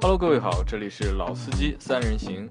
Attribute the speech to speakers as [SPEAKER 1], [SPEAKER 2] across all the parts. [SPEAKER 1] Hello，各位好，这里是老司机三人行。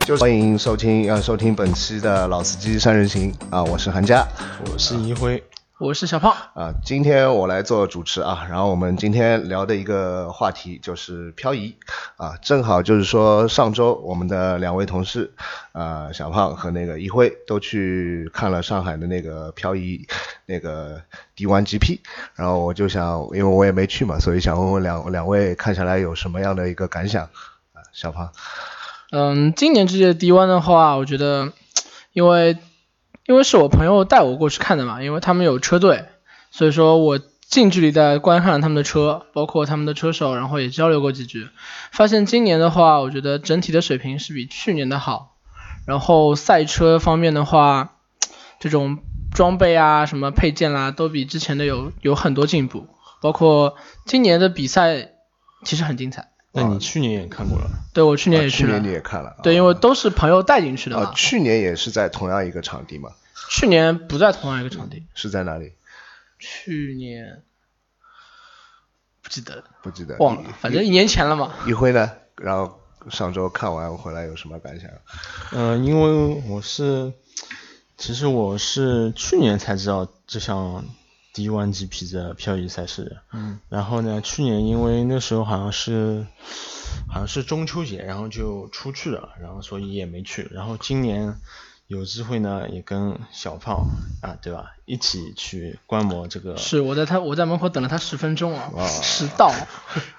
[SPEAKER 2] 就是欢迎收听呃收听本期的老司机三人行啊，我是韩佳
[SPEAKER 3] 我是一辉，
[SPEAKER 4] 我是小胖，
[SPEAKER 2] 啊，今天我来做主持啊，然后我们今天聊的一个话题就是漂移啊，正好就是说上周我们的两位同事啊小胖和那个一辉都去看了上海的那个漂移那个 D1 GP，然后我就想，因为我也没去嘛，所以想问问两两位看下来有什么样的一个感想啊，小胖。
[SPEAKER 4] 嗯，今年这届 D1 的话，我觉得，因为因为是我朋友带我过去看的嘛，因为他们有车队，所以说我近距离的观看了他们的车，包括他们的车手，然后也交流过几句。发现今年的话，我觉得整体的水平是比去年的好。然后赛车方面的话，这种装备啊、什么配件啦、都比之前的有有很多进步。包括今年的比赛其实很精彩。
[SPEAKER 3] 那你去年也看过了，
[SPEAKER 4] 对我去年也
[SPEAKER 2] 啊去
[SPEAKER 4] 去了，
[SPEAKER 2] 年你也看了，
[SPEAKER 4] 对，
[SPEAKER 2] 啊
[SPEAKER 4] 因为都是朋友带进去的
[SPEAKER 2] 啊
[SPEAKER 4] 嘛，。
[SPEAKER 2] 去年也是在同样一个场地嘛，
[SPEAKER 4] 去年不在同样一个场地，
[SPEAKER 2] 是在哪里？
[SPEAKER 4] 去年不记得了，
[SPEAKER 2] 不记得，
[SPEAKER 4] 忘了，反正一年前了嘛。
[SPEAKER 2] 一辉呢？然后上周看完回来有什么感想？
[SPEAKER 3] 嗯、因为我是，其实我是去年才知道这项 D1GP 的漂移赛事，嗯，然后呢，去年因为那时候好像是好像是中秋节，然后就出去了，然后所以也没去，然后今年。有机会呢，也跟小胖啊，对吧，一起去观摩这个
[SPEAKER 4] 是我在他我在门口等了他十分钟啊，迟到。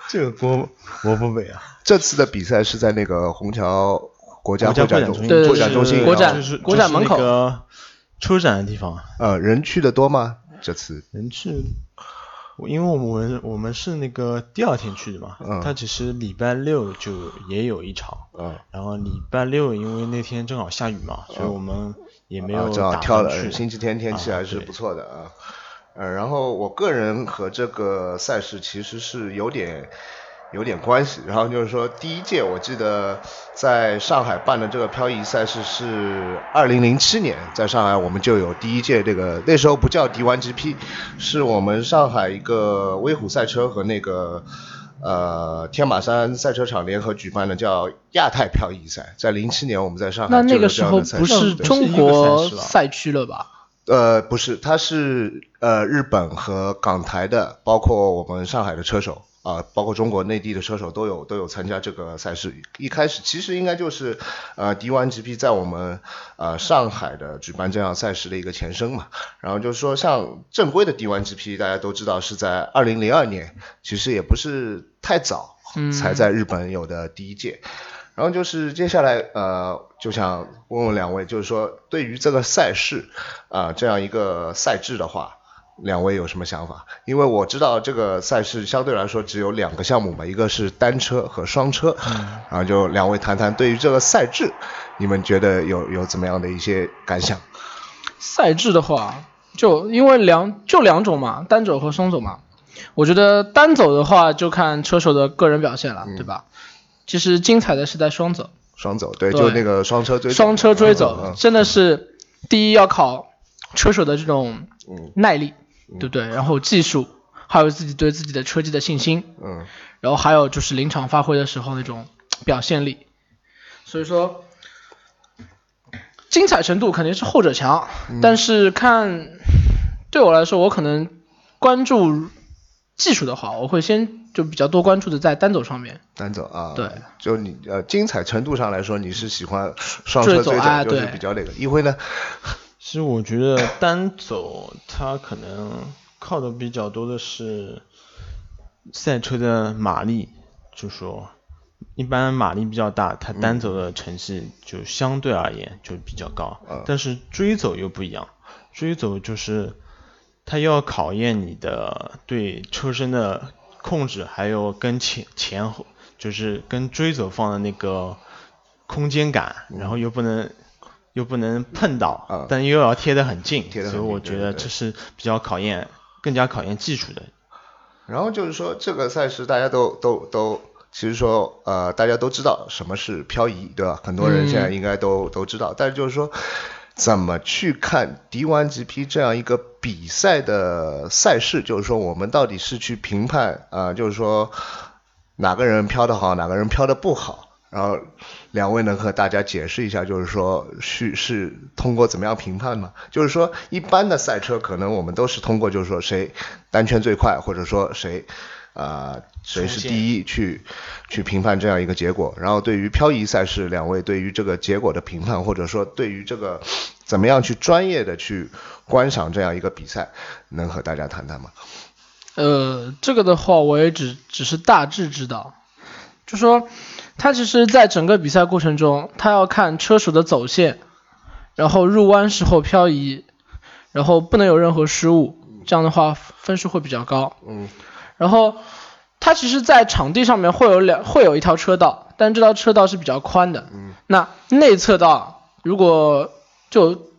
[SPEAKER 3] 这个锅萝卜尾啊，
[SPEAKER 2] 这次的比赛是在那个虹桥国家
[SPEAKER 3] 国家
[SPEAKER 2] 会展
[SPEAKER 3] 会展
[SPEAKER 2] 中
[SPEAKER 3] 中心，
[SPEAKER 4] 对对
[SPEAKER 2] 会
[SPEAKER 4] 对
[SPEAKER 2] 展中心，
[SPEAKER 4] 国展
[SPEAKER 2] 然后
[SPEAKER 3] 就是
[SPEAKER 4] 国展门口
[SPEAKER 3] 就是那个车展的地方，
[SPEAKER 2] 呃，人去的多吗？这次
[SPEAKER 3] 人去，我因为我们我们是那个第二天去的嘛，
[SPEAKER 2] 嗯
[SPEAKER 3] 他其实礼拜六就也有一场，
[SPEAKER 2] 嗯
[SPEAKER 3] 然后礼拜六因为那天正好下雨嘛，所以我们也没
[SPEAKER 2] 啊
[SPEAKER 3] 有
[SPEAKER 2] 正好
[SPEAKER 3] 打
[SPEAKER 2] 挑
[SPEAKER 3] 算
[SPEAKER 2] 了
[SPEAKER 3] 去。
[SPEAKER 2] 星期天天气
[SPEAKER 3] 啊
[SPEAKER 2] 还是
[SPEAKER 3] 对
[SPEAKER 2] 不错的啊。呃，然后我个人和这个赛事其实是有点有点关系。然后就是说，第一届我记得在上海办的这个漂移赛事是二零零七年，在上海我们就有第一届这个，那时候不叫 D1GP，是我们上海一个威虎赛车和那个。呃，天马山赛车场联合举办的叫亚太漂移赛，在零七年我们在上海
[SPEAKER 4] 那
[SPEAKER 2] 啊就
[SPEAKER 4] 那
[SPEAKER 2] 有
[SPEAKER 4] 个
[SPEAKER 2] 这
[SPEAKER 4] 时
[SPEAKER 2] 样
[SPEAKER 4] 候
[SPEAKER 2] 的赛
[SPEAKER 4] 不
[SPEAKER 2] 事
[SPEAKER 4] 是
[SPEAKER 2] 对
[SPEAKER 4] 中
[SPEAKER 3] 是
[SPEAKER 4] 国
[SPEAKER 3] 一个赛事吧
[SPEAKER 4] 赛区了吧？
[SPEAKER 2] 呃，不是，他是呃日本和港台的，包括我们上海的车手啊、包括中国内地的车手都有都有参加这个赛事。一开始其实应该就是呃 D1GP 在我们呃上海的举办这样赛事的一个前身嘛。然后就是说，像正规的 D1GP，大家都知道是在二零零二年，其实也不是太早
[SPEAKER 4] 嗯
[SPEAKER 2] 才在日本有的第一届。然后就是接下来呃，就想问问两位，就是说对于这个赛事啊、这样一个赛制的话，两位有什么想法？因为我知道这个赛事相对来说只有两个项目嘛，一个是单车和双车，
[SPEAKER 4] 嗯
[SPEAKER 2] 然后就两位谈谈对于这个赛制，你们觉得有有怎么样的一些感想？
[SPEAKER 4] 赛制的话，就因为两就两种嘛，单走和双走嘛。我觉得单走的话，就看车手的个人表现了，对吧？其实精彩的是在双走。
[SPEAKER 2] 双走对，
[SPEAKER 4] 对
[SPEAKER 2] 就那个双车追走
[SPEAKER 4] 双车追
[SPEAKER 2] 嗯嗯
[SPEAKER 4] 走
[SPEAKER 2] 嗯，
[SPEAKER 4] 真的是第一要考车手的这种
[SPEAKER 2] 嗯
[SPEAKER 4] 耐力，对不对？然后技术，还有自己对自己的车技的信心，
[SPEAKER 2] 嗯，
[SPEAKER 4] 然后还有就是临场发挥的时候那种表现力。所以说，精彩程度肯定是后者强，
[SPEAKER 2] 嗯
[SPEAKER 4] 但是看对我来说，我可能关注技术的话，我会先就比较多关注的在单走上面。
[SPEAKER 2] 单走啊，
[SPEAKER 4] 对，
[SPEAKER 2] 就你呃精彩程度上来说，你是喜欢双车追
[SPEAKER 4] 追走啊
[SPEAKER 2] 就是
[SPEAKER 4] 对
[SPEAKER 2] 比较那个。一辉呢？
[SPEAKER 3] 其实我觉得单走它可能靠的比较多的是赛车的马力，就说一般马力比较大，
[SPEAKER 2] 嗯
[SPEAKER 3] 它单走的成绩就相对而言就比较高。
[SPEAKER 2] 嗯
[SPEAKER 3] 但是追走又不一样，追走就是它要考验你的对车身的控制，还有跟前前后就是跟追走方的那个空间感，
[SPEAKER 2] 嗯
[SPEAKER 3] 然后又不能。又不能碰到，
[SPEAKER 2] 啊
[SPEAKER 3] 但又要贴得很近，
[SPEAKER 2] 贴得很
[SPEAKER 3] 所以我
[SPEAKER 2] 近
[SPEAKER 3] 觉
[SPEAKER 2] 对对
[SPEAKER 3] 得
[SPEAKER 2] 对
[SPEAKER 3] 这是比较考验，更加考验技术的。
[SPEAKER 2] 然后就是说，这个赛事大家都都都，其实说呃，大家都知道什么是漂移，对吧？很多人现在应该都、都知道，但是就是说，怎么去看 D1GP 这样一个比赛的赛事？就是说，我们到底是去评判啊、呃就是说哪个人飘的好，哪个人飘的不好？然后两位能和大家解释一下，就是说是是通过怎么样评判吗？就是说一般的赛车可能我们都是通过就是说谁单圈最快，或者说谁啊、呃谁是第一去去评判这样一个结果。然后对于漂移赛事，两位对于这个结果的评判，或者说对于这个怎么样去专业的去观赏这样一个比赛，能和大家谈谈吗？
[SPEAKER 4] 呃，这个的话，我也只只是大致知道，就说他其实在整个比赛过程中，他要看车手的走线，然后入弯时候漂移，然后不能有任何失误，这样的话分数会比较高。
[SPEAKER 2] 嗯，
[SPEAKER 4] 然后它其实，在场地上面会有两会有一条车道，但这条车道是比较宽的。
[SPEAKER 2] 嗯，
[SPEAKER 4] 那内侧道如果就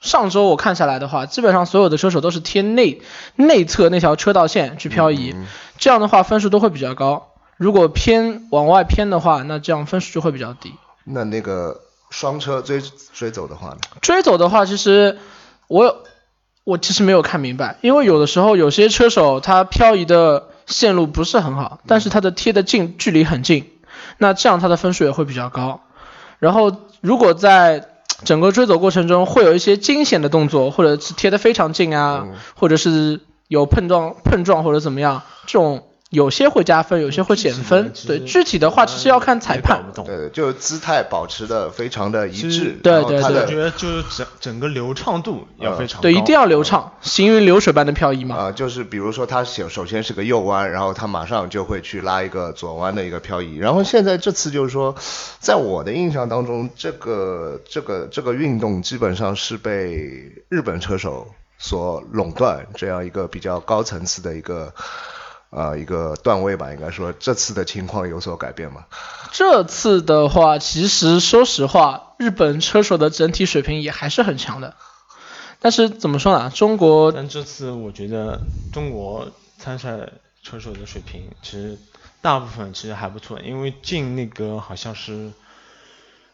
[SPEAKER 4] 上周我看下来的话，基本上所有的车手都是贴内内侧那条车道线去漂移，这样的话分数都会比较高。如果偏往外偏的话，那这样分数就会比较低。
[SPEAKER 2] 那那个双车追追走的话呢？
[SPEAKER 4] 追走的话，其实我有我其实没有看明白，因为有的时候有些车手他漂移的线路不是很好，但是他的贴的近距离很近，那这样他的分数也会比较高。然后如果在整个追走过程中会有一些惊险的动作，或者是贴的非常近啊，或者是有碰撞碰撞或者怎么样，这种有些会加分，有些会减分。
[SPEAKER 3] 具体的
[SPEAKER 4] 对，
[SPEAKER 3] 嗯其实
[SPEAKER 4] 具体的话其实要看裁判
[SPEAKER 3] 搞。不懂。
[SPEAKER 2] 对对，呃就是姿态保持的非常的一
[SPEAKER 3] 其
[SPEAKER 2] 致
[SPEAKER 3] 实，
[SPEAKER 4] 对
[SPEAKER 2] 然后
[SPEAKER 4] 对
[SPEAKER 2] 他
[SPEAKER 4] 对
[SPEAKER 3] 我
[SPEAKER 2] 的
[SPEAKER 3] 觉得就是整整个流畅度要非常
[SPEAKER 4] 对，一定要流
[SPEAKER 3] 畅。
[SPEAKER 4] 畅，行云流水般的漂移嘛。
[SPEAKER 2] 啊、就是比如说他首首先是个右弯，然后他马上就会去拉一个左弯的一个漂移。然后现在这次就是说，在我的印象当中，这个这个这个运动基本上是被日本车手所垄断，这样一个比较高层次的一个呃一个段位吧，应该说这次的情况有所改变吗？
[SPEAKER 4] 这次的话，其实说实话，日本车手的整体水平也还是很强的。但是怎么说呢？中国
[SPEAKER 3] 但这次我觉得中国参赛车手的水平其实大部分其实还不错，因为进那个好像是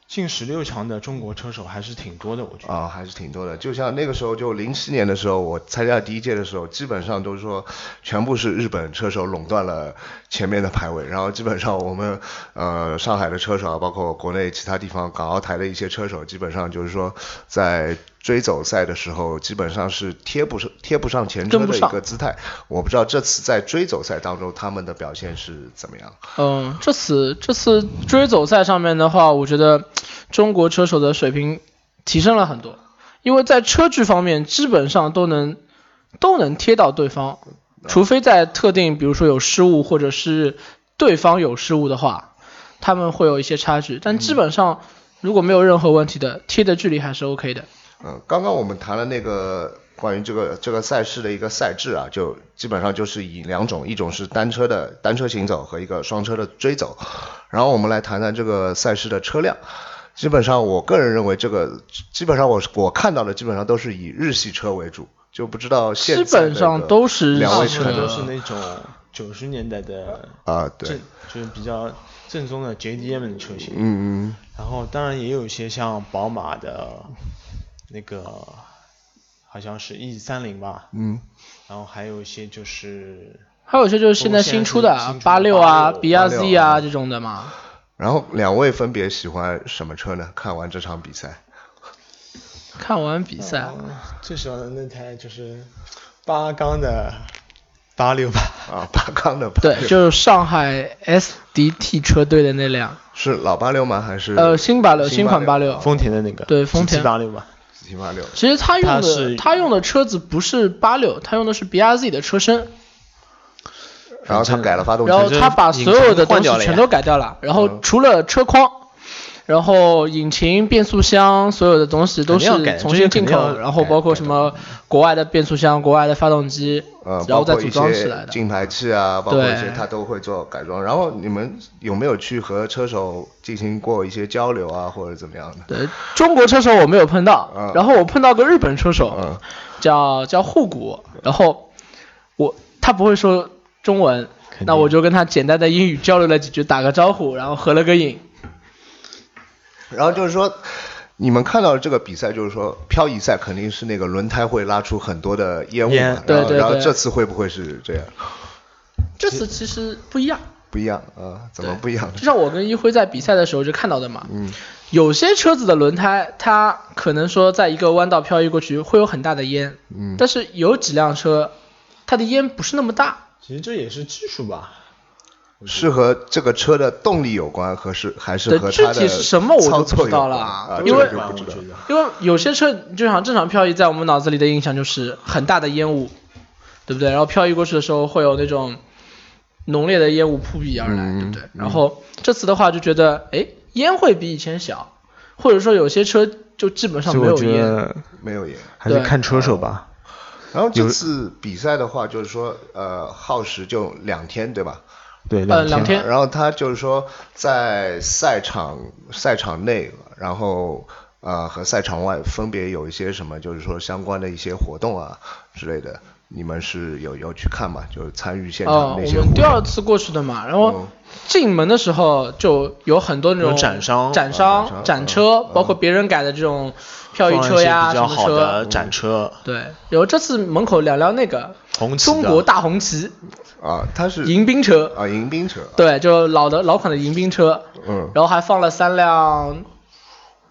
[SPEAKER 3] 进十六强的中国车手还是挺多的，我觉得。
[SPEAKER 2] 啊、还是挺多的。就像那个时候，就零七年的时候，我参加第一届的时候，基本上都是说全部是日本车手垄断了前面的排位，然后基本上我们呃上海的车手啊，包括国内其他地方港澳台的一些车手，基本上就是说在追走赛的时候，基本上是贴不上贴不上前车
[SPEAKER 4] 跟不
[SPEAKER 2] 的一
[SPEAKER 4] 上
[SPEAKER 2] 个姿态。我不知道这次在追走赛当中他们的表现是怎么样。
[SPEAKER 4] 嗯，这次这次追走赛上面的话，我觉得中国车手的水平提升了很多，因为在车距方面基本上都能都能贴到对方，除非在特定，比如说有失误或者是对方有失误的话，他们会有一些差距，但基本上如果没有任何问题的，贴的距离还是 OK 的。
[SPEAKER 2] 嗯，刚刚我们谈了那个关于这个这个赛事的一个赛制啊，就基本上就是以两种，一种是单车的单车行走和一个双车的追走。然后我们来谈谈这个赛事的车辆。基本上，我个人认为这个基本上我是我看到的基本上都是以日系车为主，就不知道现在
[SPEAKER 4] 基本
[SPEAKER 2] 那
[SPEAKER 4] 上
[SPEAKER 2] 个
[SPEAKER 4] 都是
[SPEAKER 2] 两位
[SPEAKER 4] 日
[SPEAKER 2] 车
[SPEAKER 4] 系
[SPEAKER 3] 大部分
[SPEAKER 4] 车
[SPEAKER 3] 都是那种九十年代的
[SPEAKER 2] 啊
[SPEAKER 3] 正
[SPEAKER 2] 对，，
[SPEAKER 3] 就是比较正宗的 JDM 的车型。
[SPEAKER 2] 嗯嗯
[SPEAKER 3] 然后当然也有一些像宝马的那个好像是 E 三零吧，
[SPEAKER 2] 嗯，
[SPEAKER 3] 然后还有一些就是
[SPEAKER 4] 还有一些就是现在新出的
[SPEAKER 3] 新出的
[SPEAKER 4] 八六啊、
[SPEAKER 3] 86
[SPEAKER 4] B R Z
[SPEAKER 2] 86啊
[SPEAKER 4] 啊这种的嘛。
[SPEAKER 2] 然后两位分别喜欢什么车呢？看完这场比赛，
[SPEAKER 4] 看完比赛啊，
[SPEAKER 3] 嗯最喜欢的那台就是八缸的八六吧，
[SPEAKER 2] 啊， 八缸的八
[SPEAKER 4] 对，
[SPEAKER 2] 六
[SPEAKER 4] 就是上海 SDT 车队的那辆，
[SPEAKER 2] 是老八六吗？还是
[SPEAKER 4] 呃，新八六，新款八
[SPEAKER 2] 八
[SPEAKER 4] 六。
[SPEAKER 3] 丰田的那个，
[SPEAKER 4] 对丰田
[SPEAKER 3] 八六吧，
[SPEAKER 2] 新八六。
[SPEAKER 4] 其实他用
[SPEAKER 3] 它是
[SPEAKER 4] 的他用的车子不是八六，他用的是 BRZ 的车身，
[SPEAKER 2] 然后他改了发动机，
[SPEAKER 4] 然后
[SPEAKER 3] 车身
[SPEAKER 4] 他把所有的东
[SPEAKER 3] 换
[SPEAKER 4] 西
[SPEAKER 3] 掉了呀嗯
[SPEAKER 4] 全都改掉了，然后除了车框，然后引擎、变速箱所有的东西都是
[SPEAKER 3] 肯定要改
[SPEAKER 4] 重新进
[SPEAKER 3] 这些肯
[SPEAKER 4] 口，
[SPEAKER 3] 定要
[SPEAKER 4] 然后包括什么国外的变速箱、国外的发动机
[SPEAKER 2] 呃，，
[SPEAKER 4] 然
[SPEAKER 2] 包
[SPEAKER 4] 后再
[SPEAKER 2] 括
[SPEAKER 4] 组
[SPEAKER 2] 一
[SPEAKER 4] 装起来
[SPEAKER 2] 些
[SPEAKER 4] 的。
[SPEAKER 2] 进排气啊，包括一些
[SPEAKER 4] 对
[SPEAKER 2] 他都会做改装。然后你们有没有去和车手进行过一些交流啊，或者怎么样的？
[SPEAKER 4] 对，中国车手我没有碰到，
[SPEAKER 2] 嗯
[SPEAKER 4] 然后我碰到个日本车手，
[SPEAKER 2] 嗯
[SPEAKER 4] 叫叫护谷，然后我他不会说中文，
[SPEAKER 3] 肯定
[SPEAKER 4] 那我就跟他简单的英语交流了几句，打个招呼，然后合了个影。
[SPEAKER 2] 然后就是说，你们看到这个比赛，就是说漂移赛肯定是那个轮胎会拉出很多的烟雾嘛，
[SPEAKER 3] 烟
[SPEAKER 2] 然后
[SPEAKER 4] 对对
[SPEAKER 2] 然后
[SPEAKER 4] 对
[SPEAKER 2] 这次会不会是这样？
[SPEAKER 4] 这次其实不一样，
[SPEAKER 2] 不一样啊、怎么
[SPEAKER 4] 对
[SPEAKER 2] 不一样？
[SPEAKER 4] 就像我跟一辉在比赛的时候就看到的嘛，
[SPEAKER 2] 嗯，
[SPEAKER 4] 有些车子的轮胎它可能说在一个弯道漂移过去会有很大的烟，
[SPEAKER 2] 嗯
[SPEAKER 4] 但是有几辆车它的烟不是那么大，
[SPEAKER 3] 其实这也是技术吧，
[SPEAKER 2] 是和这个车的动力有关，和是还是
[SPEAKER 4] 嗯对
[SPEAKER 2] 和
[SPEAKER 4] 具
[SPEAKER 2] 它的
[SPEAKER 4] 体是什么我就
[SPEAKER 2] 操
[SPEAKER 4] 不
[SPEAKER 2] 作
[SPEAKER 4] 知
[SPEAKER 2] 有
[SPEAKER 4] 道
[SPEAKER 2] 关
[SPEAKER 4] 了
[SPEAKER 2] 啊，
[SPEAKER 4] 因
[SPEAKER 2] 这个
[SPEAKER 4] 为
[SPEAKER 2] 就
[SPEAKER 3] 我
[SPEAKER 2] 不知道
[SPEAKER 3] 觉。得
[SPEAKER 4] 因为有些车就像正常漂移，在我们脑子里的印象就是很大的烟雾，对不对？然后漂移过去的时候会有那种浓烈的烟雾扑鼻而来，
[SPEAKER 2] 嗯
[SPEAKER 4] 对不对
[SPEAKER 2] 嗯？
[SPEAKER 4] 然后这次的话就觉得，哎，烟会比以前小，或者说有些车就基本上
[SPEAKER 3] 所以
[SPEAKER 4] 没
[SPEAKER 3] 我
[SPEAKER 4] 有
[SPEAKER 3] 觉
[SPEAKER 4] 烟，
[SPEAKER 3] 得
[SPEAKER 2] 没有也。
[SPEAKER 3] 还是
[SPEAKER 4] 对
[SPEAKER 3] 看车手吧。
[SPEAKER 2] 然后这次比赛的话，就是说，呃，耗时就两天，对吧？
[SPEAKER 3] 对，
[SPEAKER 4] 呃
[SPEAKER 3] 两
[SPEAKER 4] 两天
[SPEAKER 2] 然后他就是说，在赛场赛场内，然后呃和赛场外分别有一些什么，就是说相关的一些活动啊之类的，你们是有有去看嘛？就是参与现
[SPEAKER 4] 哦，
[SPEAKER 2] 场
[SPEAKER 4] 我
[SPEAKER 2] 那些活动。
[SPEAKER 4] 们第二次过去的嘛，然后
[SPEAKER 2] 嗯
[SPEAKER 4] 进门的时候就有很多那种
[SPEAKER 3] 哦有展商
[SPEAKER 4] 展
[SPEAKER 2] 啊展商
[SPEAKER 4] 商、展车，
[SPEAKER 2] 嗯
[SPEAKER 4] 包括别人改的这种漂移
[SPEAKER 3] 放一
[SPEAKER 4] 车嗯
[SPEAKER 3] 些
[SPEAKER 4] 呀、
[SPEAKER 3] 比
[SPEAKER 4] 什
[SPEAKER 3] 较
[SPEAKER 4] 么
[SPEAKER 3] 好的
[SPEAKER 4] 车，
[SPEAKER 3] 展车，
[SPEAKER 4] 对。然后这次门口聊聊那个
[SPEAKER 3] 红旗的
[SPEAKER 4] 中国大红旗
[SPEAKER 2] 啊，他是
[SPEAKER 4] 迎宾车，
[SPEAKER 2] 啊迎宾车，
[SPEAKER 4] 对，就老的老款的迎宾车，
[SPEAKER 2] 嗯，
[SPEAKER 4] 然后还放了三辆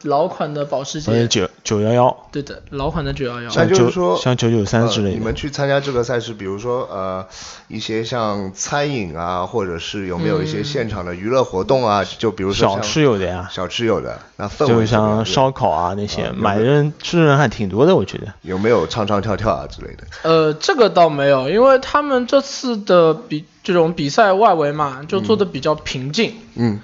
[SPEAKER 4] 老款的保时
[SPEAKER 3] 所以
[SPEAKER 4] 捷，
[SPEAKER 3] 九九幺幺，
[SPEAKER 4] 对的，老款的九幺幺。
[SPEAKER 2] 那
[SPEAKER 3] 像
[SPEAKER 2] 就是
[SPEAKER 3] 九
[SPEAKER 2] 说
[SPEAKER 3] 像九九三之
[SPEAKER 2] 呃
[SPEAKER 3] 类的。
[SPEAKER 2] 你们去参加这个赛事，比如说呃一些像餐饮啊，或者是有没有一
[SPEAKER 4] 嗯
[SPEAKER 2] 些现场的娱乐活动啊？就比如说
[SPEAKER 3] 小
[SPEAKER 2] 像
[SPEAKER 3] 吃有的呀，
[SPEAKER 2] 小吃有的，那氛围怎么
[SPEAKER 3] 就
[SPEAKER 2] 样
[SPEAKER 3] 像烧烤啊那些，买人吃人还挺多的，我觉得。
[SPEAKER 2] 有没有唱唱跳跳啊之类的？
[SPEAKER 4] 呃，这个倒没有，因为他们这次的比这种比赛外围嘛，就做的比较平静。
[SPEAKER 2] 嗯，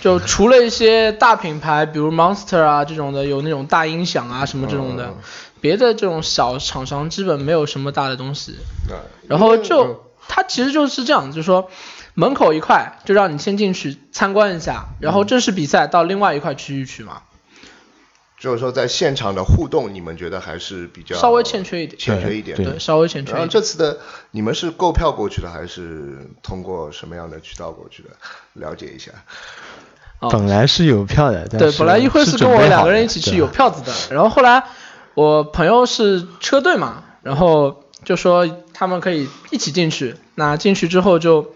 [SPEAKER 4] 就除了一些大品牌，比如 Monster 啊这种的，有那种大音响啊什么这种的，
[SPEAKER 2] 嗯
[SPEAKER 4] 别的这种小厂商基本没有什么大的东西。
[SPEAKER 2] 那
[SPEAKER 4] 然后就它其实就是这样，就是说门口一块就让你先进去参观一下，然后正式比赛到另外一块区域去嘛，
[SPEAKER 2] 就是说在现场的互动，你们觉得还是比较
[SPEAKER 4] 稍微欠缺一点，
[SPEAKER 2] 欠缺一点。
[SPEAKER 3] 对
[SPEAKER 4] 对，稍微欠缺
[SPEAKER 2] 然
[SPEAKER 4] 一
[SPEAKER 2] 后
[SPEAKER 4] 点。
[SPEAKER 2] 这次的你们是购票过去的，还是通过什么样的渠道过去的？了解一下。
[SPEAKER 4] 哦
[SPEAKER 3] 本来是有票的，但
[SPEAKER 4] 对，
[SPEAKER 3] 是
[SPEAKER 4] 本来一辉
[SPEAKER 3] 是
[SPEAKER 4] 跟
[SPEAKER 3] 准备
[SPEAKER 4] 我两
[SPEAKER 3] 好
[SPEAKER 4] 个人
[SPEAKER 3] 的
[SPEAKER 4] 一起
[SPEAKER 3] 对啊
[SPEAKER 4] 去有
[SPEAKER 3] 吧
[SPEAKER 4] 票子的，然后后来我朋友是车队嘛，然后就说他们可以一起进去，那进去之后就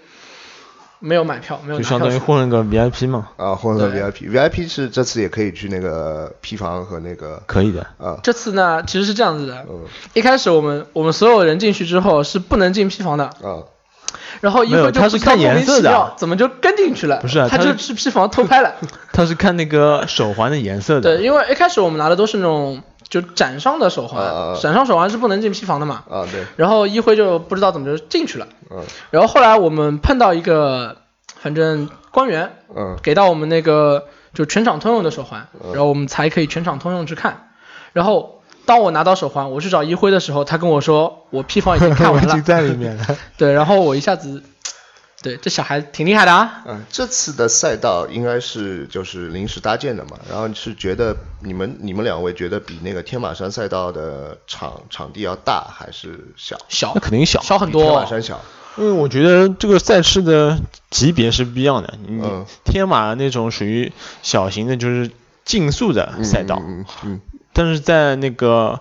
[SPEAKER 4] 没有买票，没有
[SPEAKER 3] 就
[SPEAKER 4] 拿票
[SPEAKER 3] 相当于
[SPEAKER 4] 去。
[SPEAKER 3] 混了个 VIP 嘛，
[SPEAKER 2] 啊，混合
[SPEAKER 4] 对
[SPEAKER 2] VIP，VIP 是这次也可以去那个批房和那个
[SPEAKER 3] 可以的。
[SPEAKER 2] 啊，
[SPEAKER 4] 这次呢，其实是这样子的，
[SPEAKER 2] 嗯
[SPEAKER 4] 一开始我们我们所有人进去之后是不能进批房的，
[SPEAKER 2] 啊，
[SPEAKER 4] 然后一
[SPEAKER 3] 没
[SPEAKER 4] 会
[SPEAKER 3] 有
[SPEAKER 4] 就
[SPEAKER 3] 他
[SPEAKER 4] 不
[SPEAKER 3] 是
[SPEAKER 4] 知道
[SPEAKER 3] 看
[SPEAKER 4] 莫名
[SPEAKER 3] 颜色
[SPEAKER 4] 其
[SPEAKER 3] 的啊
[SPEAKER 4] 妙怎么就跟进去了？
[SPEAKER 3] 不是啊
[SPEAKER 4] 他
[SPEAKER 3] 他
[SPEAKER 4] 就是去批房偷拍了。
[SPEAKER 3] 他是看那个手环的颜色的，
[SPEAKER 4] 呃对，因为一开始我们拿的都是那种就展商的手
[SPEAKER 2] 啊啊
[SPEAKER 4] 环
[SPEAKER 2] 啊，
[SPEAKER 4] 展商手环是不能进批房的嘛。
[SPEAKER 2] 啊对，
[SPEAKER 4] 然后一辉就不知道怎么就进去了，
[SPEAKER 2] 嗯
[SPEAKER 4] 然后后来我们碰到一个，反正官员
[SPEAKER 2] 嗯
[SPEAKER 4] 给到我们那个就全场通用的手环，然后我们才可以全场通用去看。然后当我拿到手环，我去找一辉的时候，他跟我说 我批房已经看
[SPEAKER 3] 我
[SPEAKER 4] 完
[SPEAKER 3] 已
[SPEAKER 4] 了
[SPEAKER 3] 经，在里面了。
[SPEAKER 4] 对，然后我一下子，对，这小孩挺厉害的啊。
[SPEAKER 2] 嗯，这次的赛道应该是就是临时搭建的嘛，然后是觉得你们你们两位觉得比那个天马山赛道的场场地要大还是小？
[SPEAKER 4] 小
[SPEAKER 3] 那肯定小
[SPEAKER 4] 小很
[SPEAKER 2] 比天马
[SPEAKER 4] 多。
[SPEAKER 2] 山小，
[SPEAKER 3] 因为我觉得这个赛事的级别是不一样的，你
[SPEAKER 2] 嗯
[SPEAKER 3] 天马那种属于小型的，就是竞速的赛道，
[SPEAKER 2] 嗯嗯
[SPEAKER 3] 但是在那个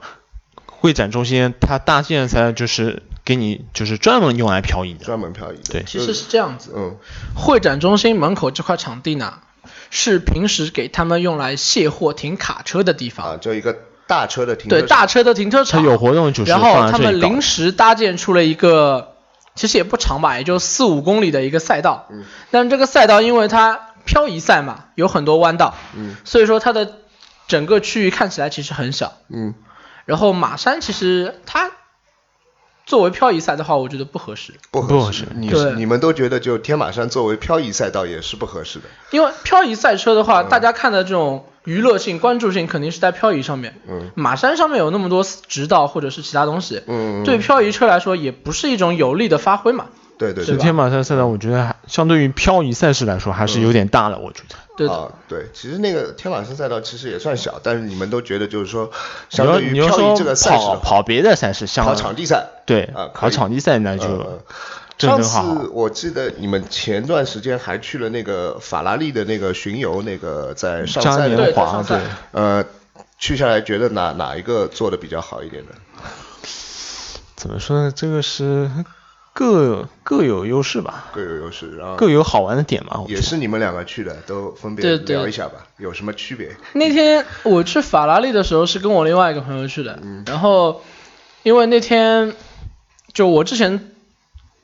[SPEAKER 3] 会展中心，它大件赛就是给你就是专门用来漂移
[SPEAKER 2] 嗯，
[SPEAKER 3] 的，
[SPEAKER 2] 专门漂移的，
[SPEAKER 3] 对
[SPEAKER 4] 其实是这样子，
[SPEAKER 2] 嗯
[SPEAKER 4] 会展中心门口这块场地呢，是平时给他们用来卸货、停卡车的地
[SPEAKER 2] 啊，
[SPEAKER 4] 方。
[SPEAKER 2] 就一个大车的停车
[SPEAKER 4] 对，大
[SPEAKER 2] 场
[SPEAKER 4] 车的停车
[SPEAKER 3] 呃它
[SPEAKER 4] 场。
[SPEAKER 3] 有活动就是
[SPEAKER 4] 然后
[SPEAKER 3] 放
[SPEAKER 4] 他
[SPEAKER 3] 在这里
[SPEAKER 4] 们
[SPEAKER 3] 搞的
[SPEAKER 4] 临时搭建出了一个，其实也不长吧，也就四五公里的一个赛道。
[SPEAKER 2] 嗯
[SPEAKER 4] 但这个赛道因为它漂移赛嘛，有很多弯道，
[SPEAKER 2] 嗯
[SPEAKER 4] 所以说它的整个区域看起来其实很小。
[SPEAKER 2] 嗯
[SPEAKER 4] 然后马山其实它作为漂移赛的话，我觉得不合适，
[SPEAKER 2] 不
[SPEAKER 3] 不
[SPEAKER 2] 合
[SPEAKER 3] 合
[SPEAKER 2] 适
[SPEAKER 3] 适，
[SPEAKER 2] 你
[SPEAKER 4] 对
[SPEAKER 2] 你们都觉得就天马山作为漂移赛道也是不合适的，
[SPEAKER 4] 因为漂移赛车的
[SPEAKER 2] 嗯
[SPEAKER 4] 话，大家看的这种娱乐性、关注性肯定是在漂移上面。
[SPEAKER 2] 嗯
[SPEAKER 4] 马山上面有那么多直道或者是其他东西，
[SPEAKER 2] 嗯
[SPEAKER 4] 对漂移车来说也不是一种有利的发挥嘛。
[SPEAKER 2] 对对
[SPEAKER 4] 是
[SPEAKER 2] 对
[SPEAKER 4] 吧
[SPEAKER 3] 天马山赛道，我觉得还相对于漂移赛事来说还是有点大了，我觉得。
[SPEAKER 4] 对的，
[SPEAKER 2] 啊，对，其实那个天马山赛道其实也算小，但是你们都觉得就是说，相
[SPEAKER 3] 你要
[SPEAKER 2] 对于
[SPEAKER 3] 你要
[SPEAKER 2] 漂
[SPEAKER 3] 说
[SPEAKER 2] 移这个赛事
[SPEAKER 3] 跑
[SPEAKER 2] 的话，
[SPEAKER 3] 跑别的赛事，像
[SPEAKER 2] 跑场地赛，
[SPEAKER 3] 对
[SPEAKER 2] 啊可以
[SPEAKER 3] 跑场地赛那就
[SPEAKER 2] 嗯嗯
[SPEAKER 3] 正
[SPEAKER 2] 上
[SPEAKER 3] 正
[SPEAKER 2] 次
[SPEAKER 3] 好好。
[SPEAKER 2] 我记得你们前段时间还去了那个法拉利的那个巡游，那个在上
[SPEAKER 3] 嘉
[SPEAKER 2] 赛
[SPEAKER 3] 年
[SPEAKER 2] 的
[SPEAKER 4] 对
[SPEAKER 3] 华
[SPEAKER 4] 在上赛
[SPEAKER 3] 对，
[SPEAKER 2] 呃，去下来觉得哪哪一个做的比较好一点呢？
[SPEAKER 3] 怎么说呢？这个是各各有优势吧，
[SPEAKER 2] 各有优势，然后
[SPEAKER 3] 各有好玩的点嘛。我觉
[SPEAKER 2] 也
[SPEAKER 3] 得
[SPEAKER 2] 是你们两个去的，都分别
[SPEAKER 4] 对对
[SPEAKER 2] 聊一下吧，有什么区别？
[SPEAKER 4] 那天我去法拉利的时候是跟我另外一个朋友去的，
[SPEAKER 3] 嗯
[SPEAKER 4] 然后因为那天就我之前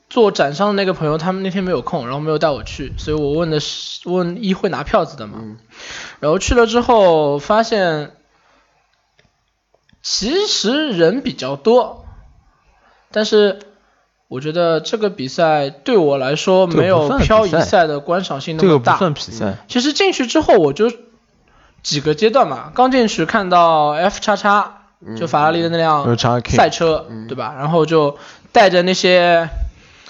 [SPEAKER 4] 做展商的那个朋友，他们那天没有空，然后没有带我去，所以我问的是问一会拿票子的嘛，
[SPEAKER 3] 嗯
[SPEAKER 4] 然后去了之后发现其实人比较多，但是。我觉得这个比赛对我来说
[SPEAKER 3] 这个不
[SPEAKER 4] 没有
[SPEAKER 3] 算比
[SPEAKER 4] 漂移
[SPEAKER 3] 赛
[SPEAKER 4] 赛的观赏性那
[SPEAKER 3] 这个
[SPEAKER 4] 么
[SPEAKER 3] 不
[SPEAKER 4] 大，
[SPEAKER 3] 算比赛，
[SPEAKER 4] 其实进去之后，我就几个阶段嘛，刚进去看到 F 叉叉，
[SPEAKER 2] 嗯
[SPEAKER 4] 就法拉利的那
[SPEAKER 3] 呃，
[SPEAKER 4] 辆
[SPEAKER 3] 查 K
[SPEAKER 4] 赛车，对吧？然后就带着那些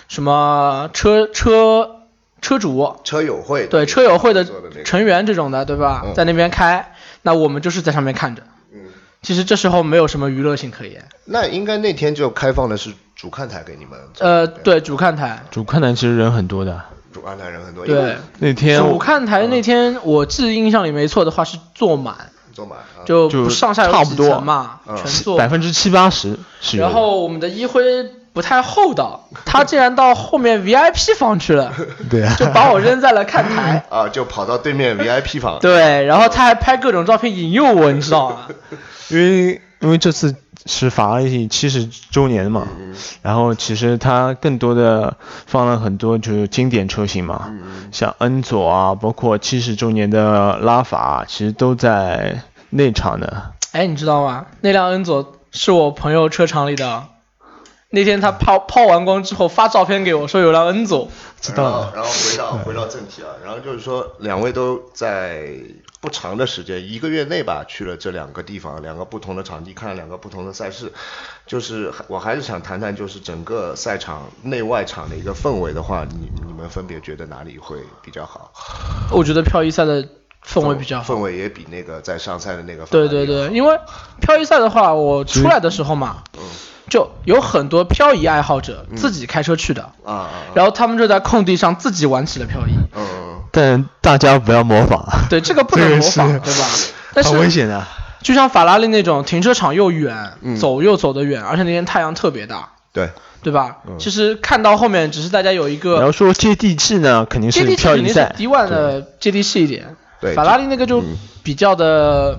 [SPEAKER 4] 什么车车车主，
[SPEAKER 2] 车友会
[SPEAKER 4] 对车友会的
[SPEAKER 2] 做那个
[SPEAKER 4] 成员这种的，对吧？
[SPEAKER 2] 嗯
[SPEAKER 4] 在那边开，那我们就是在上面看着。
[SPEAKER 2] 嗯
[SPEAKER 4] 其实这时候没有什么娱乐性可言。
[SPEAKER 2] 那应该那天就开放的是主看台给你们，
[SPEAKER 4] 呃，对，主看台，
[SPEAKER 3] 主看台其实人很多的。
[SPEAKER 2] 主看台人很多，因为
[SPEAKER 4] 对，
[SPEAKER 3] 那天
[SPEAKER 4] 主看台那天我记印象里没错的话是坐满，
[SPEAKER 2] 坐满啊，
[SPEAKER 4] 就
[SPEAKER 3] 就
[SPEAKER 4] 上下有
[SPEAKER 3] 差
[SPEAKER 4] 几
[SPEAKER 3] 不多
[SPEAKER 4] 层嘛，
[SPEAKER 2] 嗯
[SPEAKER 4] 全坐满
[SPEAKER 3] 百分之七八十是有的
[SPEAKER 4] 然后我们的一辉不太厚道，他竟然到后面 VIP 房 去了，
[SPEAKER 3] 对啊，
[SPEAKER 4] 就把我扔在了 看台。
[SPEAKER 2] 啊就跑到对面 VIP 房，
[SPEAKER 4] 对，然后他还拍各种照片引诱我，你知道吗？
[SPEAKER 3] 因为因为这次是法拉利七十周年嘛，
[SPEAKER 4] 嗯
[SPEAKER 3] 然后其实它更多的放了很多就是经典车型嘛，
[SPEAKER 4] 嗯
[SPEAKER 3] 像恩佐啊，包括七十周年的拉法啊，其实都在内场的。
[SPEAKER 4] 哎，你知道吗？那辆恩佐是我朋友车厂里的。那天他抛抛完光之后发照片给我，说有辆恩佐，
[SPEAKER 3] 知道
[SPEAKER 2] 然后然
[SPEAKER 3] 了，
[SPEAKER 2] 后回到
[SPEAKER 4] 嗯
[SPEAKER 2] 回到正题啊，然后就是说两位都在不长的时间，一个月内吧，去了这两个地方，两个不同的场地，看了两个不同的赛事。就是我还是想谈谈，就是整个赛场内外场的一个氛围的话，你你们分别觉得哪里会比较好？
[SPEAKER 4] 我觉得漂移赛的氛围比较好
[SPEAKER 2] 氛。围也比那个在上赛的那个
[SPEAKER 4] 对对对，因为漂移赛的话，我出来的时候嘛，
[SPEAKER 2] 嗯
[SPEAKER 4] 就有很多漂移爱好者自己开车去的，
[SPEAKER 2] 啊啊，
[SPEAKER 4] 然后他们就在空地上自己玩起了漂移。
[SPEAKER 2] 嗯嗯
[SPEAKER 3] 但大家不要模仿，
[SPEAKER 4] 对，这个不能模仿，对吧？但
[SPEAKER 3] 很危
[SPEAKER 4] 是
[SPEAKER 3] 险啊的。
[SPEAKER 4] 就像法拉利那种停车场又远，
[SPEAKER 2] 嗯
[SPEAKER 4] 走又走得远，而且那天太阳特别大，
[SPEAKER 2] 对，
[SPEAKER 4] 对吧？
[SPEAKER 2] 嗯
[SPEAKER 4] 其实看到后面，只是大家有一
[SPEAKER 3] 你
[SPEAKER 4] 个
[SPEAKER 3] 要说接地气呢，肯定
[SPEAKER 4] 接
[SPEAKER 3] 是
[SPEAKER 4] 地气，
[SPEAKER 3] 漂
[SPEAKER 4] 肯
[SPEAKER 3] 移
[SPEAKER 4] 定是
[SPEAKER 3] 赛，
[SPEAKER 4] D one 的接地气一点。
[SPEAKER 2] 对
[SPEAKER 4] 法拉利那个就
[SPEAKER 2] 嗯
[SPEAKER 4] 比较的，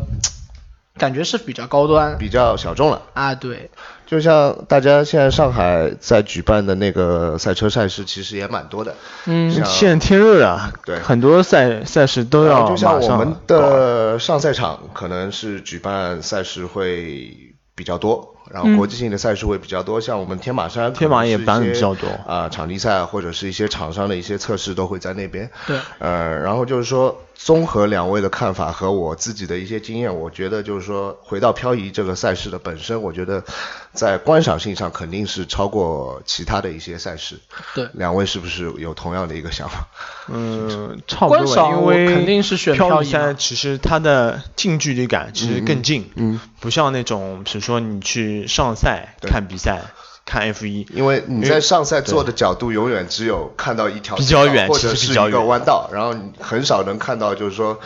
[SPEAKER 4] 感觉是比较高端
[SPEAKER 2] 比较小众了。
[SPEAKER 4] 啊，对，
[SPEAKER 2] 就像大家现在上海在举办的那个赛车赛事，其实也蛮多的。
[SPEAKER 4] 嗯
[SPEAKER 2] 像，
[SPEAKER 3] 现在天热了，
[SPEAKER 2] 对
[SPEAKER 3] 很多赛赛事都要
[SPEAKER 2] 呃就像
[SPEAKER 3] 啊马
[SPEAKER 2] 我
[SPEAKER 3] 上啊
[SPEAKER 2] 们
[SPEAKER 3] 搞
[SPEAKER 2] 的上赛场可能是举办赛事会比较多，然后国际性的赛事会比较多，像我们天马山可能
[SPEAKER 3] 嗯天马也
[SPEAKER 2] 是一
[SPEAKER 3] 办得
[SPEAKER 2] 些
[SPEAKER 3] 比较多
[SPEAKER 2] 啊、场地赛或者是一些厂商的一些测试都会在那边。
[SPEAKER 4] 对，
[SPEAKER 2] 呃，然后就是说，综合两位的看法和我自己的一些经验，我觉得就是说，回到漂移这个赛事的本身，我觉得在观赏性上肯定是超过其他的一些赛事。
[SPEAKER 4] 对
[SPEAKER 2] 两位是不是有同样的一个想法？
[SPEAKER 3] 嗯，差不多
[SPEAKER 4] 观赏
[SPEAKER 3] 吧，因为
[SPEAKER 4] 我肯定是选漂
[SPEAKER 3] 漂
[SPEAKER 4] 移
[SPEAKER 3] 移
[SPEAKER 4] 嘛
[SPEAKER 3] 赛，其实它的近距离感其实更近，
[SPEAKER 2] 嗯嗯
[SPEAKER 3] 不像那种比如说你去上赛
[SPEAKER 2] 对
[SPEAKER 3] 看比赛看 F 一，
[SPEAKER 2] 因为你在上赛做的角度永远只有看到一条
[SPEAKER 3] 比较远
[SPEAKER 2] 直道或者
[SPEAKER 3] 其实
[SPEAKER 2] 是
[SPEAKER 3] 比较
[SPEAKER 2] 一
[SPEAKER 3] 远
[SPEAKER 2] 个弯道，然后你很少能看到就是说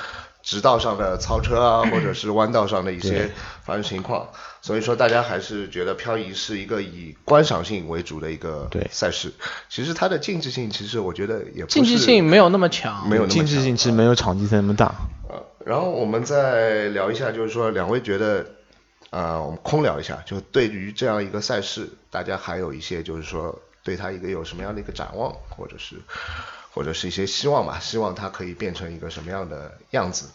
[SPEAKER 2] 直道上的超车啊，
[SPEAKER 3] 嗯
[SPEAKER 2] 或者是弯道上的一些发生情况。所以说，大家还是觉得漂移是一个以观赏性为主的一个
[SPEAKER 3] 对
[SPEAKER 2] 赛事。其实它的竞技性，其实我觉得也不是
[SPEAKER 4] 竞技性没有那么强
[SPEAKER 2] 没。有那么
[SPEAKER 3] 竞技
[SPEAKER 2] 强
[SPEAKER 3] 性其实没有场地赛那么大。
[SPEAKER 2] 呃，然后我们再聊一下，就是说两位觉得，呃，我们空聊一下，就对于这样一个赛事，大家还有一些就是说对它一个有什么样的一个展望，或者是或者是一些希望吧，希望它可以变成一个什么样的样子？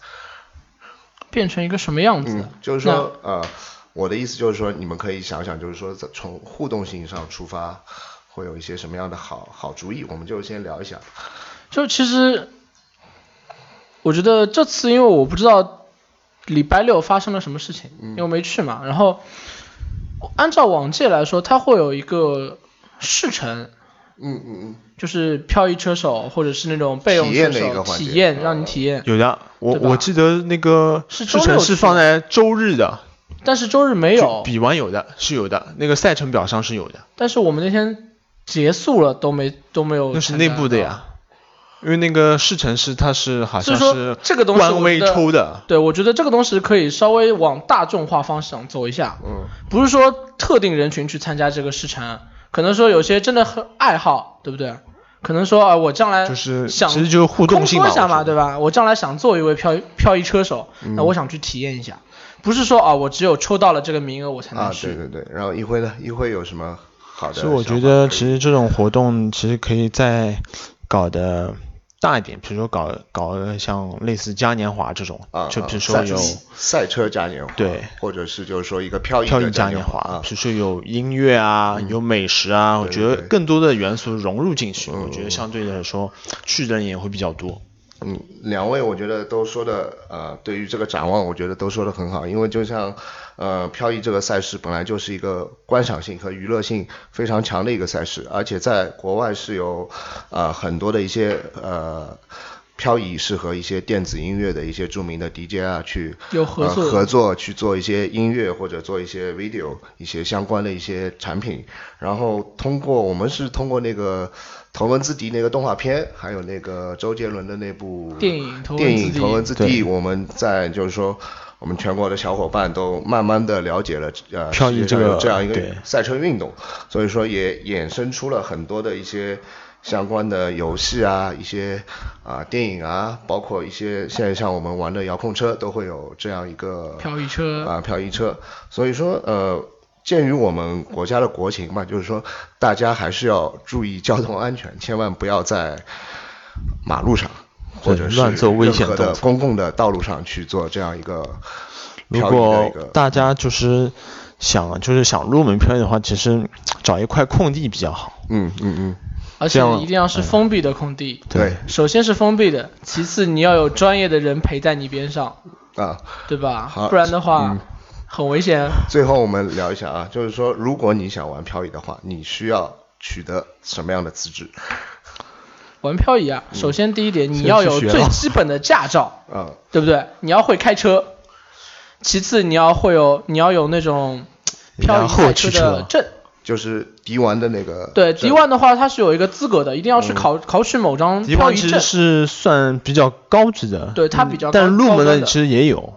[SPEAKER 4] 变成一个什么样子
[SPEAKER 2] 嗯？，就是说，呃，我的意思就是说，你们可以想想，就是说在从互动性上出发，会有一些什么样的好好主意，我们就先聊一下。
[SPEAKER 4] 就其实，我觉得这次因为我不知道礼拜六发生了什么事情，因为我没去嘛。然后按照往届来说，它会有一个试乘，
[SPEAKER 2] 嗯嗯
[SPEAKER 4] 就是漂移车手或者是那种备用
[SPEAKER 2] 体
[SPEAKER 4] 车
[SPEAKER 2] 验的一个
[SPEAKER 4] 手
[SPEAKER 2] 环
[SPEAKER 4] 体
[SPEAKER 2] 节
[SPEAKER 4] 验，
[SPEAKER 2] 啊
[SPEAKER 4] 让你体验。
[SPEAKER 3] 有的，我
[SPEAKER 4] 对吧
[SPEAKER 3] 我记得那个
[SPEAKER 4] 是周
[SPEAKER 3] 试
[SPEAKER 4] 六哦
[SPEAKER 3] 程是放在周日的，
[SPEAKER 4] 但是周日没
[SPEAKER 3] 就
[SPEAKER 4] 有，
[SPEAKER 3] 比完有的是有的，那个赛程表上是有的，
[SPEAKER 4] 但是我们那天结束了都没都没有。
[SPEAKER 3] 那是内部的。呀。因为那个试乘是它是好
[SPEAKER 4] 所以
[SPEAKER 3] 像
[SPEAKER 4] 说
[SPEAKER 3] 是
[SPEAKER 4] 这个东西
[SPEAKER 3] 官
[SPEAKER 4] 我
[SPEAKER 3] 微
[SPEAKER 4] 觉得
[SPEAKER 3] 抽的，
[SPEAKER 4] 对，我觉得这个东西可以稍微往大众化方向走一下，
[SPEAKER 2] 嗯，
[SPEAKER 4] 不是说特定人群去参加这个试乘，可能说有些真的很爱好，对不对？可能说啊、我将来
[SPEAKER 3] 就是
[SPEAKER 4] 想
[SPEAKER 3] 其实就是互动性嘛，
[SPEAKER 4] 空说一下
[SPEAKER 3] 我觉
[SPEAKER 4] 嘛，
[SPEAKER 3] 得嗯
[SPEAKER 4] 对吧？我将来想做一位漂漂移车手，那我想去体验一下，不是说啊，我只有抽到了这个名额我才能
[SPEAKER 2] 啊，
[SPEAKER 4] 去。
[SPEAKER 2] 对对对，然后一辉呢？一辉有什么好的
[SPEAKER 3] 其
[SPEAKER 2] 想法？
[SPEAKER 3] 实我觉得，
[SPEAKER 2] 可以
[SPEAKER 3] 其实这种活动其实可以再搞得大一点，比如说搞搞得像类似嘉年华这种，
[SPEAKER 2] 啊，
[SPEAKER 3] 就
[SPEAKER 2] 啊
[SPEAKER 3] 比如说
[SPEAKER 2] 赛
[SPEAKER 3] 有
[SPEAKER 2] 赛车嘉年华，
[SPEAKER 3] 对，
[SPEAKER 2] 或者是就是说一个漂移
[SPEAKER 3] 漂移
[SPEAKER 2] 的
[SPEAKER 3] 嘉
[SPEAKER 2] 年啊嗯
[SPEAKER 3] 年华，比如说有音乐啊，有美食啊，我
[SPEAKER 2] 对
[SPEAKER 3] 觉得
[SPEAKER 2] 对
[SPEAKER 3] 更多的元素融入进去，
[SPEAKER 2] 嗯
[SPEAKER 3] 我觉得相对来说去的人也会比较多。
[SPEAKER 2] 嗯，两位我觉得都说的呃，对于这个展望，我觉得都说的很好，因为就像呃漂移这个赛事本来就是一个观赏性和娱乐性非常强的一个赛事，而且在国外是有呃很多的一些呃。漂移是和一些电子音乐的一些著名的 DJ 啊去
[SPEAKER 4] 有合作
[SPEAKER 3] 啊
[SPEAKER 2] 呃、合作去做一些音乐或者做一些 video 一些相关的一些产品，然后通过我们是通过那个头文字 D 那个动画片，还有那个周杰伦的那部
[SPEAKER 4] 电影头文字 D
[SPEAKER 2] 电影头文字 D，
[SPEAKER 3] 对
[SPEAKER 2] 我们在就是说。我们全国的小伙伴都慢慢的了解了，呃，
[SPEAKER 3] 漂移
[SPEAKER 2] 世界上
[SPEAKER 3] 这个
[SPEAKER 2] 有这样一个
[SPEAKER 3] 对
[SPEAKER 2] 赛车运动，所以说也衍生出了很多的一些相关的游戏啊，一些啊、电影啊，包括一些现在像我们玩的遥控车都会有这样一个
[SPEAKER 4] 漂移车
[SPEAKER 2] 啊、漂移车，所以说呃，鉴于我们国家的国情嘛，就是说大家还是要注意交通安全，千万不要在马路上或
[SPEAKER 3] 对
[SPEAKER 2] 者是
[SPEAKER 3] 乱做危
[SPEAKER 2] 任
[SPEAKER 3] 险
[SPEAKER 2] 何
[SPEAKER 3] 动
[SPEAKER 2] 的
[SPEAKER 3] 作
[SPEAKER 2] 公共的道路上去做这样一个
[SPEAKER 3] 如
[SPEAKER 2] 漂移的一
[SPEAKER 3] 果
[SPEAKER 2] 个嗯
[SPEAKER 3] 大家就是想就是想入门漂移的话，其实找一块空地比较好。
[SPEAKER 2] 嗯嗯嗯，
[SPEAKER 4] 而且
[SPEAKER 3] 这样啊哎
[SPEAKER 4] 一定要是封闭的空地。
[SPEAKER 2] 对
[SPEAKER 4] 首先是封闭的，其次你要有专业的人陪在你边上，
[SPEAKER 2] 啊，
[SPEAKER 4] 对吧
[SPEAKER 2] 好？
[SPEAKER 4] 不然的话、
[SPEAKER 3] 嗯
[SPEAKER 4] 很危险。啊
[SPEAKER 2] 最后我们聊一下啊，就是说如果你想玩漂移的话，你需要取得什么样的资质
[SPEAKER 4] 玩漂移啊，首先第一点，
[SPEAKER 3] 嗯
[SPEAKER 4] 你
[SPEAKER 3] 先
[SPEAKER 4] 要
[SPEAKER 3] 去
[SPEAKER 4] 有
[SPEAKER 3] 学
[SPEAKER 4] 最
[SPEAKER 3] 了
[SPEAKER 4] 基本的驾照。
[SPEAKER 2] 啊？
[SPEAKER 4] 对不对？你要会开车，其次你要会有你要有那种
[SPEAKER 3] 你要
[SPEAKER 4] 漂移赛
[SPEAKER 3] 后驱车
[SPEAKER 4] 的证。
[SPEAKER 2] 就是迪玩的那个
[SPEAKER 4] 对
[SPEAKER 2] 证
[SPEAKER 4] D one 的话，它是有一个资格的，一定要去考、考取某
[SPEAKER 3] 嗯
[SPEAKER 4] 张
[SPEAKER 3] 迪
[SPEAKER 4] 漂
[SPEAKER 3] 万
[SPEAKER 4] 移
[SPEAKER 3] 其实
[SPEAKER 4] 证。
[SPEAKER 3] 是算比较高级的，嗯
[SPEAKER 4] 对它比较高
[SPEAKER 3] 但入门
[SPEAKER 4] 高端
[SPEAKER 3] 的
[SPEAKER 4] 的
[SPEAKER 3] 其实也有，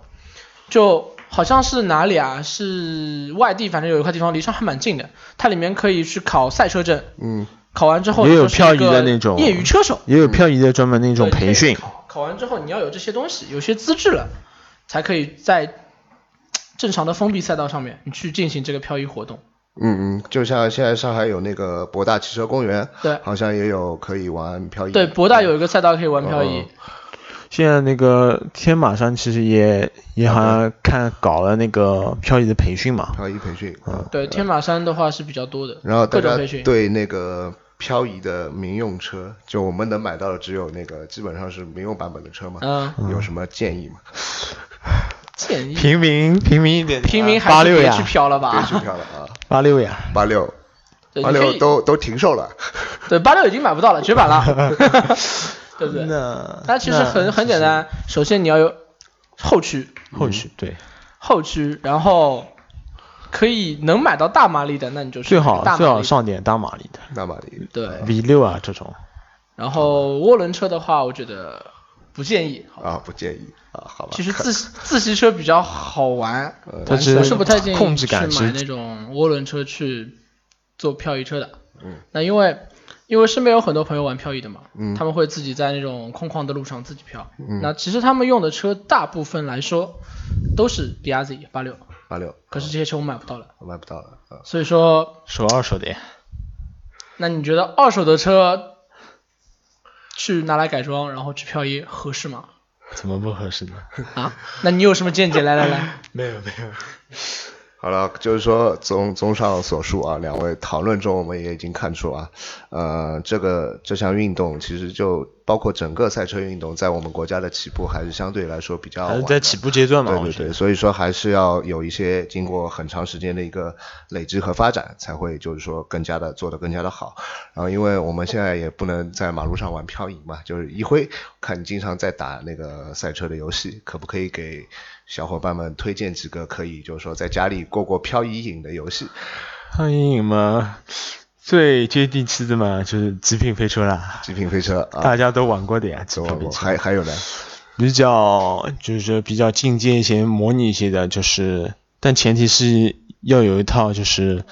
[SPEAKER 4] 就好像是哪里啊？是外地，反正有一块地方离上海蛮近的，它里面可以去考赛车证。
[SPEAKER 2] 嗯，
[SPEAKER 4] 考完之后
[SPEAKER 3] 也
[SPEAKER 4] 你
[SPEAKER 3] 有
[SPEAKER 4] 就是
[SPEAKER 3] 漂移
[SPEAKER 4] 一个
[SPEAKER 3] 的那种
[SPEAKER 4] 业余车手。
[SPEAKER 3] 也有漂移的专门那种
[SPEAKER 4] 对
[SPEAKER 3] 培训。
[SPEAKER 4] 考完之后你要有这些东西，有些资质了，才可以在正常的封闭赛道上面你去进行这个漂移活动。
[SPEAKER 2] 嗯嗯，就像现在上海有那个博大汽车公园，
[SPEAKER 4] 对
[SPEAKER 2] 好像也有可以玩漂移。
[SPEAKER 4] 对，博大有一个赛道可以玩漂移。
[SPEAKER 2] 嗯
[SPEAKER 3] 现在那个天马山其实也也好像看搞了那个漂移的培训嘛，
[SPEAKER 2] 漂移培训。嗯，
[SPEAKER 4] 对，天马山的话是比较多的，
[SPEAKER 2] 然后大
[SPEAKER 4] 各种
[SPEAKER 2] 家
[SPEAKER 4] 培训。
[SPEAKER 2] 对那个漂移的民用车，就我们能买到的只有那个基本上是民用版本的车嘛，
[SPEAKER 4] 嗯，
[SPEAKER 2] 有什么建议吗？
[SPEAKER 4] 建议
[SPEAKER 3] 平民平民一点，
[SPEAKER 4] 平民
[SPEAKER 3] 八
[SPEAKER 4] 还是
[SPEAKER 3] 六
[SPEAKER 4] 别
[SPEAKER 3] 呀
[SPEAKER 4] 去，漂了
[SPEAKER 2] 别
[SPEAKER 4] 吧
[SPEAKER 2] 去。漂了 啊，
[SPEAKER 3] 八六呀，
[SPEAKER 2] 八六
[SPEAKER 4] 对，
[SPEAKER 2] 八
[SPEAKER 4] 你可
[SPEAKER 2] 六
[SPEAKER 4] 以
[SPEAKER 2] 都都停售了。
[SPEAKER 4] 对八六已经买不到了，绝版了，对不对？
[SPEAKER 3] 那
[SPEAKER 4] 它其实很很简单，首先你要有后驱，
[SPEAKER 3] 后续对
[SPEAKER 4] 后驱，然后可以能买到大马力的，那你就去
[SPEAKER 3] 最
[SPEAKER 4] 买
[SPEAKER 3] 好
[SPEAKER 4] 大马力
[SPEAKER 3] 最好上点大马力的
[SPEAKER 2] 那马力，
[SPEAKER 4] 对。
[SPEAKER 3] V 六啊这种，
[SPEAKER 4] 然后涡轮车的话，我觉得不建议。
[SPEAKER 2] 啊，不建议啊，好吧。
[SPEAKER 4] 其实自自吸车比较好玩，
[SPEAKER 3] 它
[SPEAKER 4] 但
[SPEAKER 3] 其实
[SPEAKER 4] 是不太建议
[SPEAKER 3] 控制感
[SPEAKER 4] 去
[SPEAKER 3] 是
[SPEAKER 4] 买那种涡轮车去做漂移车的。
[SPEAKER 2] 嗯，
[SPEAKER 4] 那因为因为身边有很多朋友玩漂移的嘛，
[SPEAKER 2] 嗯
[SPEAKER 4] 他们会自己在那种空旷的路上自己漂。那其实他们用的车大部分来说都是 DRZ 八六，
[SPEAKER 2] 八六
[SPEAKER 4] 可是这些车我买不到了，
[SPEAKER 2] 我买不到了啊。
[SPEAKER 4] 所以说，
[SPEAKER 3] 手二手的呀，
[SPEAKER 4] 那你觉得二手的车去拿来改装，然后去漂移合适吗？
[SPEAKER 3] 怎么不合适呢？
[SPEAKER 4] 啊，那你有什么见解？来来来，
[SPEAKER 3] 没有没有，
[SPEAKER 2] 好了，就是说综综上所述啊，两位讨论中我们也已经看出啊，呃，这个这项运动其实就包括整个赛车运动，在我们国家的起步还是相对来说比较
[SPEAKER 3] 还是
[SPEAKER 2] 晚
[SPEAKER 3] 在
[SPEAKER 2] 的
[SPEAKER 3] 起步阶段嘛，我
[SPEAKER 2] 对
[SPEAKER 3] 觉
[SPEAKER 2] 对
[SPEAKER 3] 得
[SPEAKER 2] 对，所以说还是要有一些经过很长时间的一个累积和发展，才会就是说更加的做得更加的好。然后因为我们现在也不能在马路上玩漂移嘛， 就是一辉，看你经常在打那个赛车的游戏，可不可以给小伙伴们推荐几个可以就是说在家里过过漂移瘾的游戏？
[SPEAKER 3] 苍蝇嘛，最接地气的嘛，就是极品飞车啦，
[SPEAKER 2] 极品飞车啊
[SPEAKER 3] 大，家都玩过的呀，极
[SPEAKER 2] 走
[SPEAKER 3] 品飞
[SPEAKER 2] 我
[SPEAKER 3] 车。
[SPEAKER 2] 还还有呢，
[SPEAKER 3] 比较就是比较进阶一些、模拟一些的，就是但前提是要有一套就是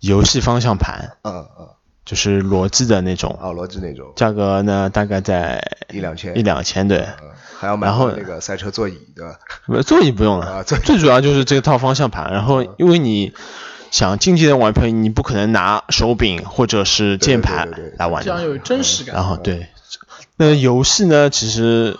[SPEAKER 3] 游戏方向盘，
[SPEAKER 2] 嗯嗯，
[SPEAKER 3] 就是逻辑的那种，
[SPEAKER 2] 奥罗兹那种
[SPEAKER 3] 价格呢大概在
[SPEAKER 2] 一两千，
[SPEAKER 3] 一两千对，
[SPEAKER 2] 嗯，还要买
[SPEAKER 3] 然后
[SPEAKER 2] 那个赛车座椅对吧？
[SPEAKER 3] 呃座椅不用
[SPEAKER 2] 啊
[SPEAKER 3] 了，
[SPEAKER 2] 座椅
[SPEAKER 3] 最主要就是这套方向盘，然后因为你。想竞技的玩朋友，你不可能拿手柄或者
[SPEAKER 2] 对
[SPEAKER 3] 是
[SPEAKER 2] 对
[SPEAKER 3] 键
[SPEAKER 2] 对
[SPEAKER 3] 盘
[SPEAKER 2] 对对
[SPEAKER 3] 来玩
[SPEAKER 4] 这
[SPEAKER 3] 的
[SPEAKER 4] 样
[SPEAKER 3] 嘛。
[SPEAKER 4] 有真实感。
[SPEAKER 3] 然后对，那游戏呢，其实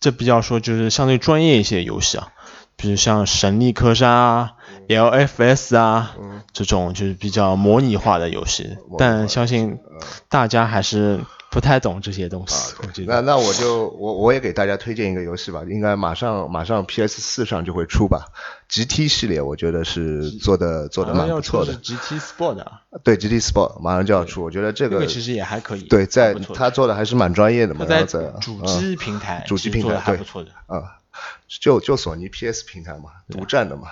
[SPEAKER 3] 这比较说就是相对专业一些的游戏啊，比如像《神力科莎》啊、LFS 啊、
[SPEAKER 2] 嗯
[SPEAKER 3] 这种就是比较模拟化的游戏，但相信
[SPEAKER 2] 嗯
[SPEAKER 3] 大家还是不太懂这些东西，我觉
[SPEAKER 2] 啊那
[SPEAKER 3] 得。
[SPEAKER 2] 那我就我我也给大家推荐一个游戏吧，应该马上马上 PS 四上就会出吧。GT 系列我觉得是做的做的蛮不错的，
[SPEAKER 3] GT Sport 啊，
[SPEAKER 2] 对 GT Sport 马上就要出，我觉得这
[SPEAKER 3] 这
[SPEAKER 2] 个
[SPEAKER 3] 个其实也还可以，
[SPEAKER 2] 对在
[SPEAKER 3] 不错的
[SPEAKER 2] 他做的还是蛮专业的嘛
[SPEAKER 3] 它，
[SPEAKER 2] 然
[SPEAKER 3] 在
[SPEAKER 2] 后在
[SPEAKER 3] 主
[SPEAKER 2] 嗯
[SPEAKER 3] 机平台
[SPEAKER 2] 主
[SPEAKER 3] 其
[SPEAKER 2] 机
[SPEAKER 3] 实
[SPEAKER 2] 平
[SPEAKER 3] 做的
[SPEAKER 2] 台
[SPEAKER 3] 还
[SPEAKER 2] 对
[SPEAKER 3] 不错的，
[SPEAKER 2] 啊，就就索尼 PS 平台嘛，独占的嘛。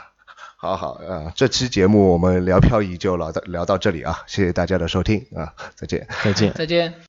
[SPEAKER 2] 好好啊，这期节目我们聊漂移就聊到聊到这里啊，谢谢大家的收听啊，再见。
[SPEAKER 3] 再见。
[SPEAKER 4] 再见。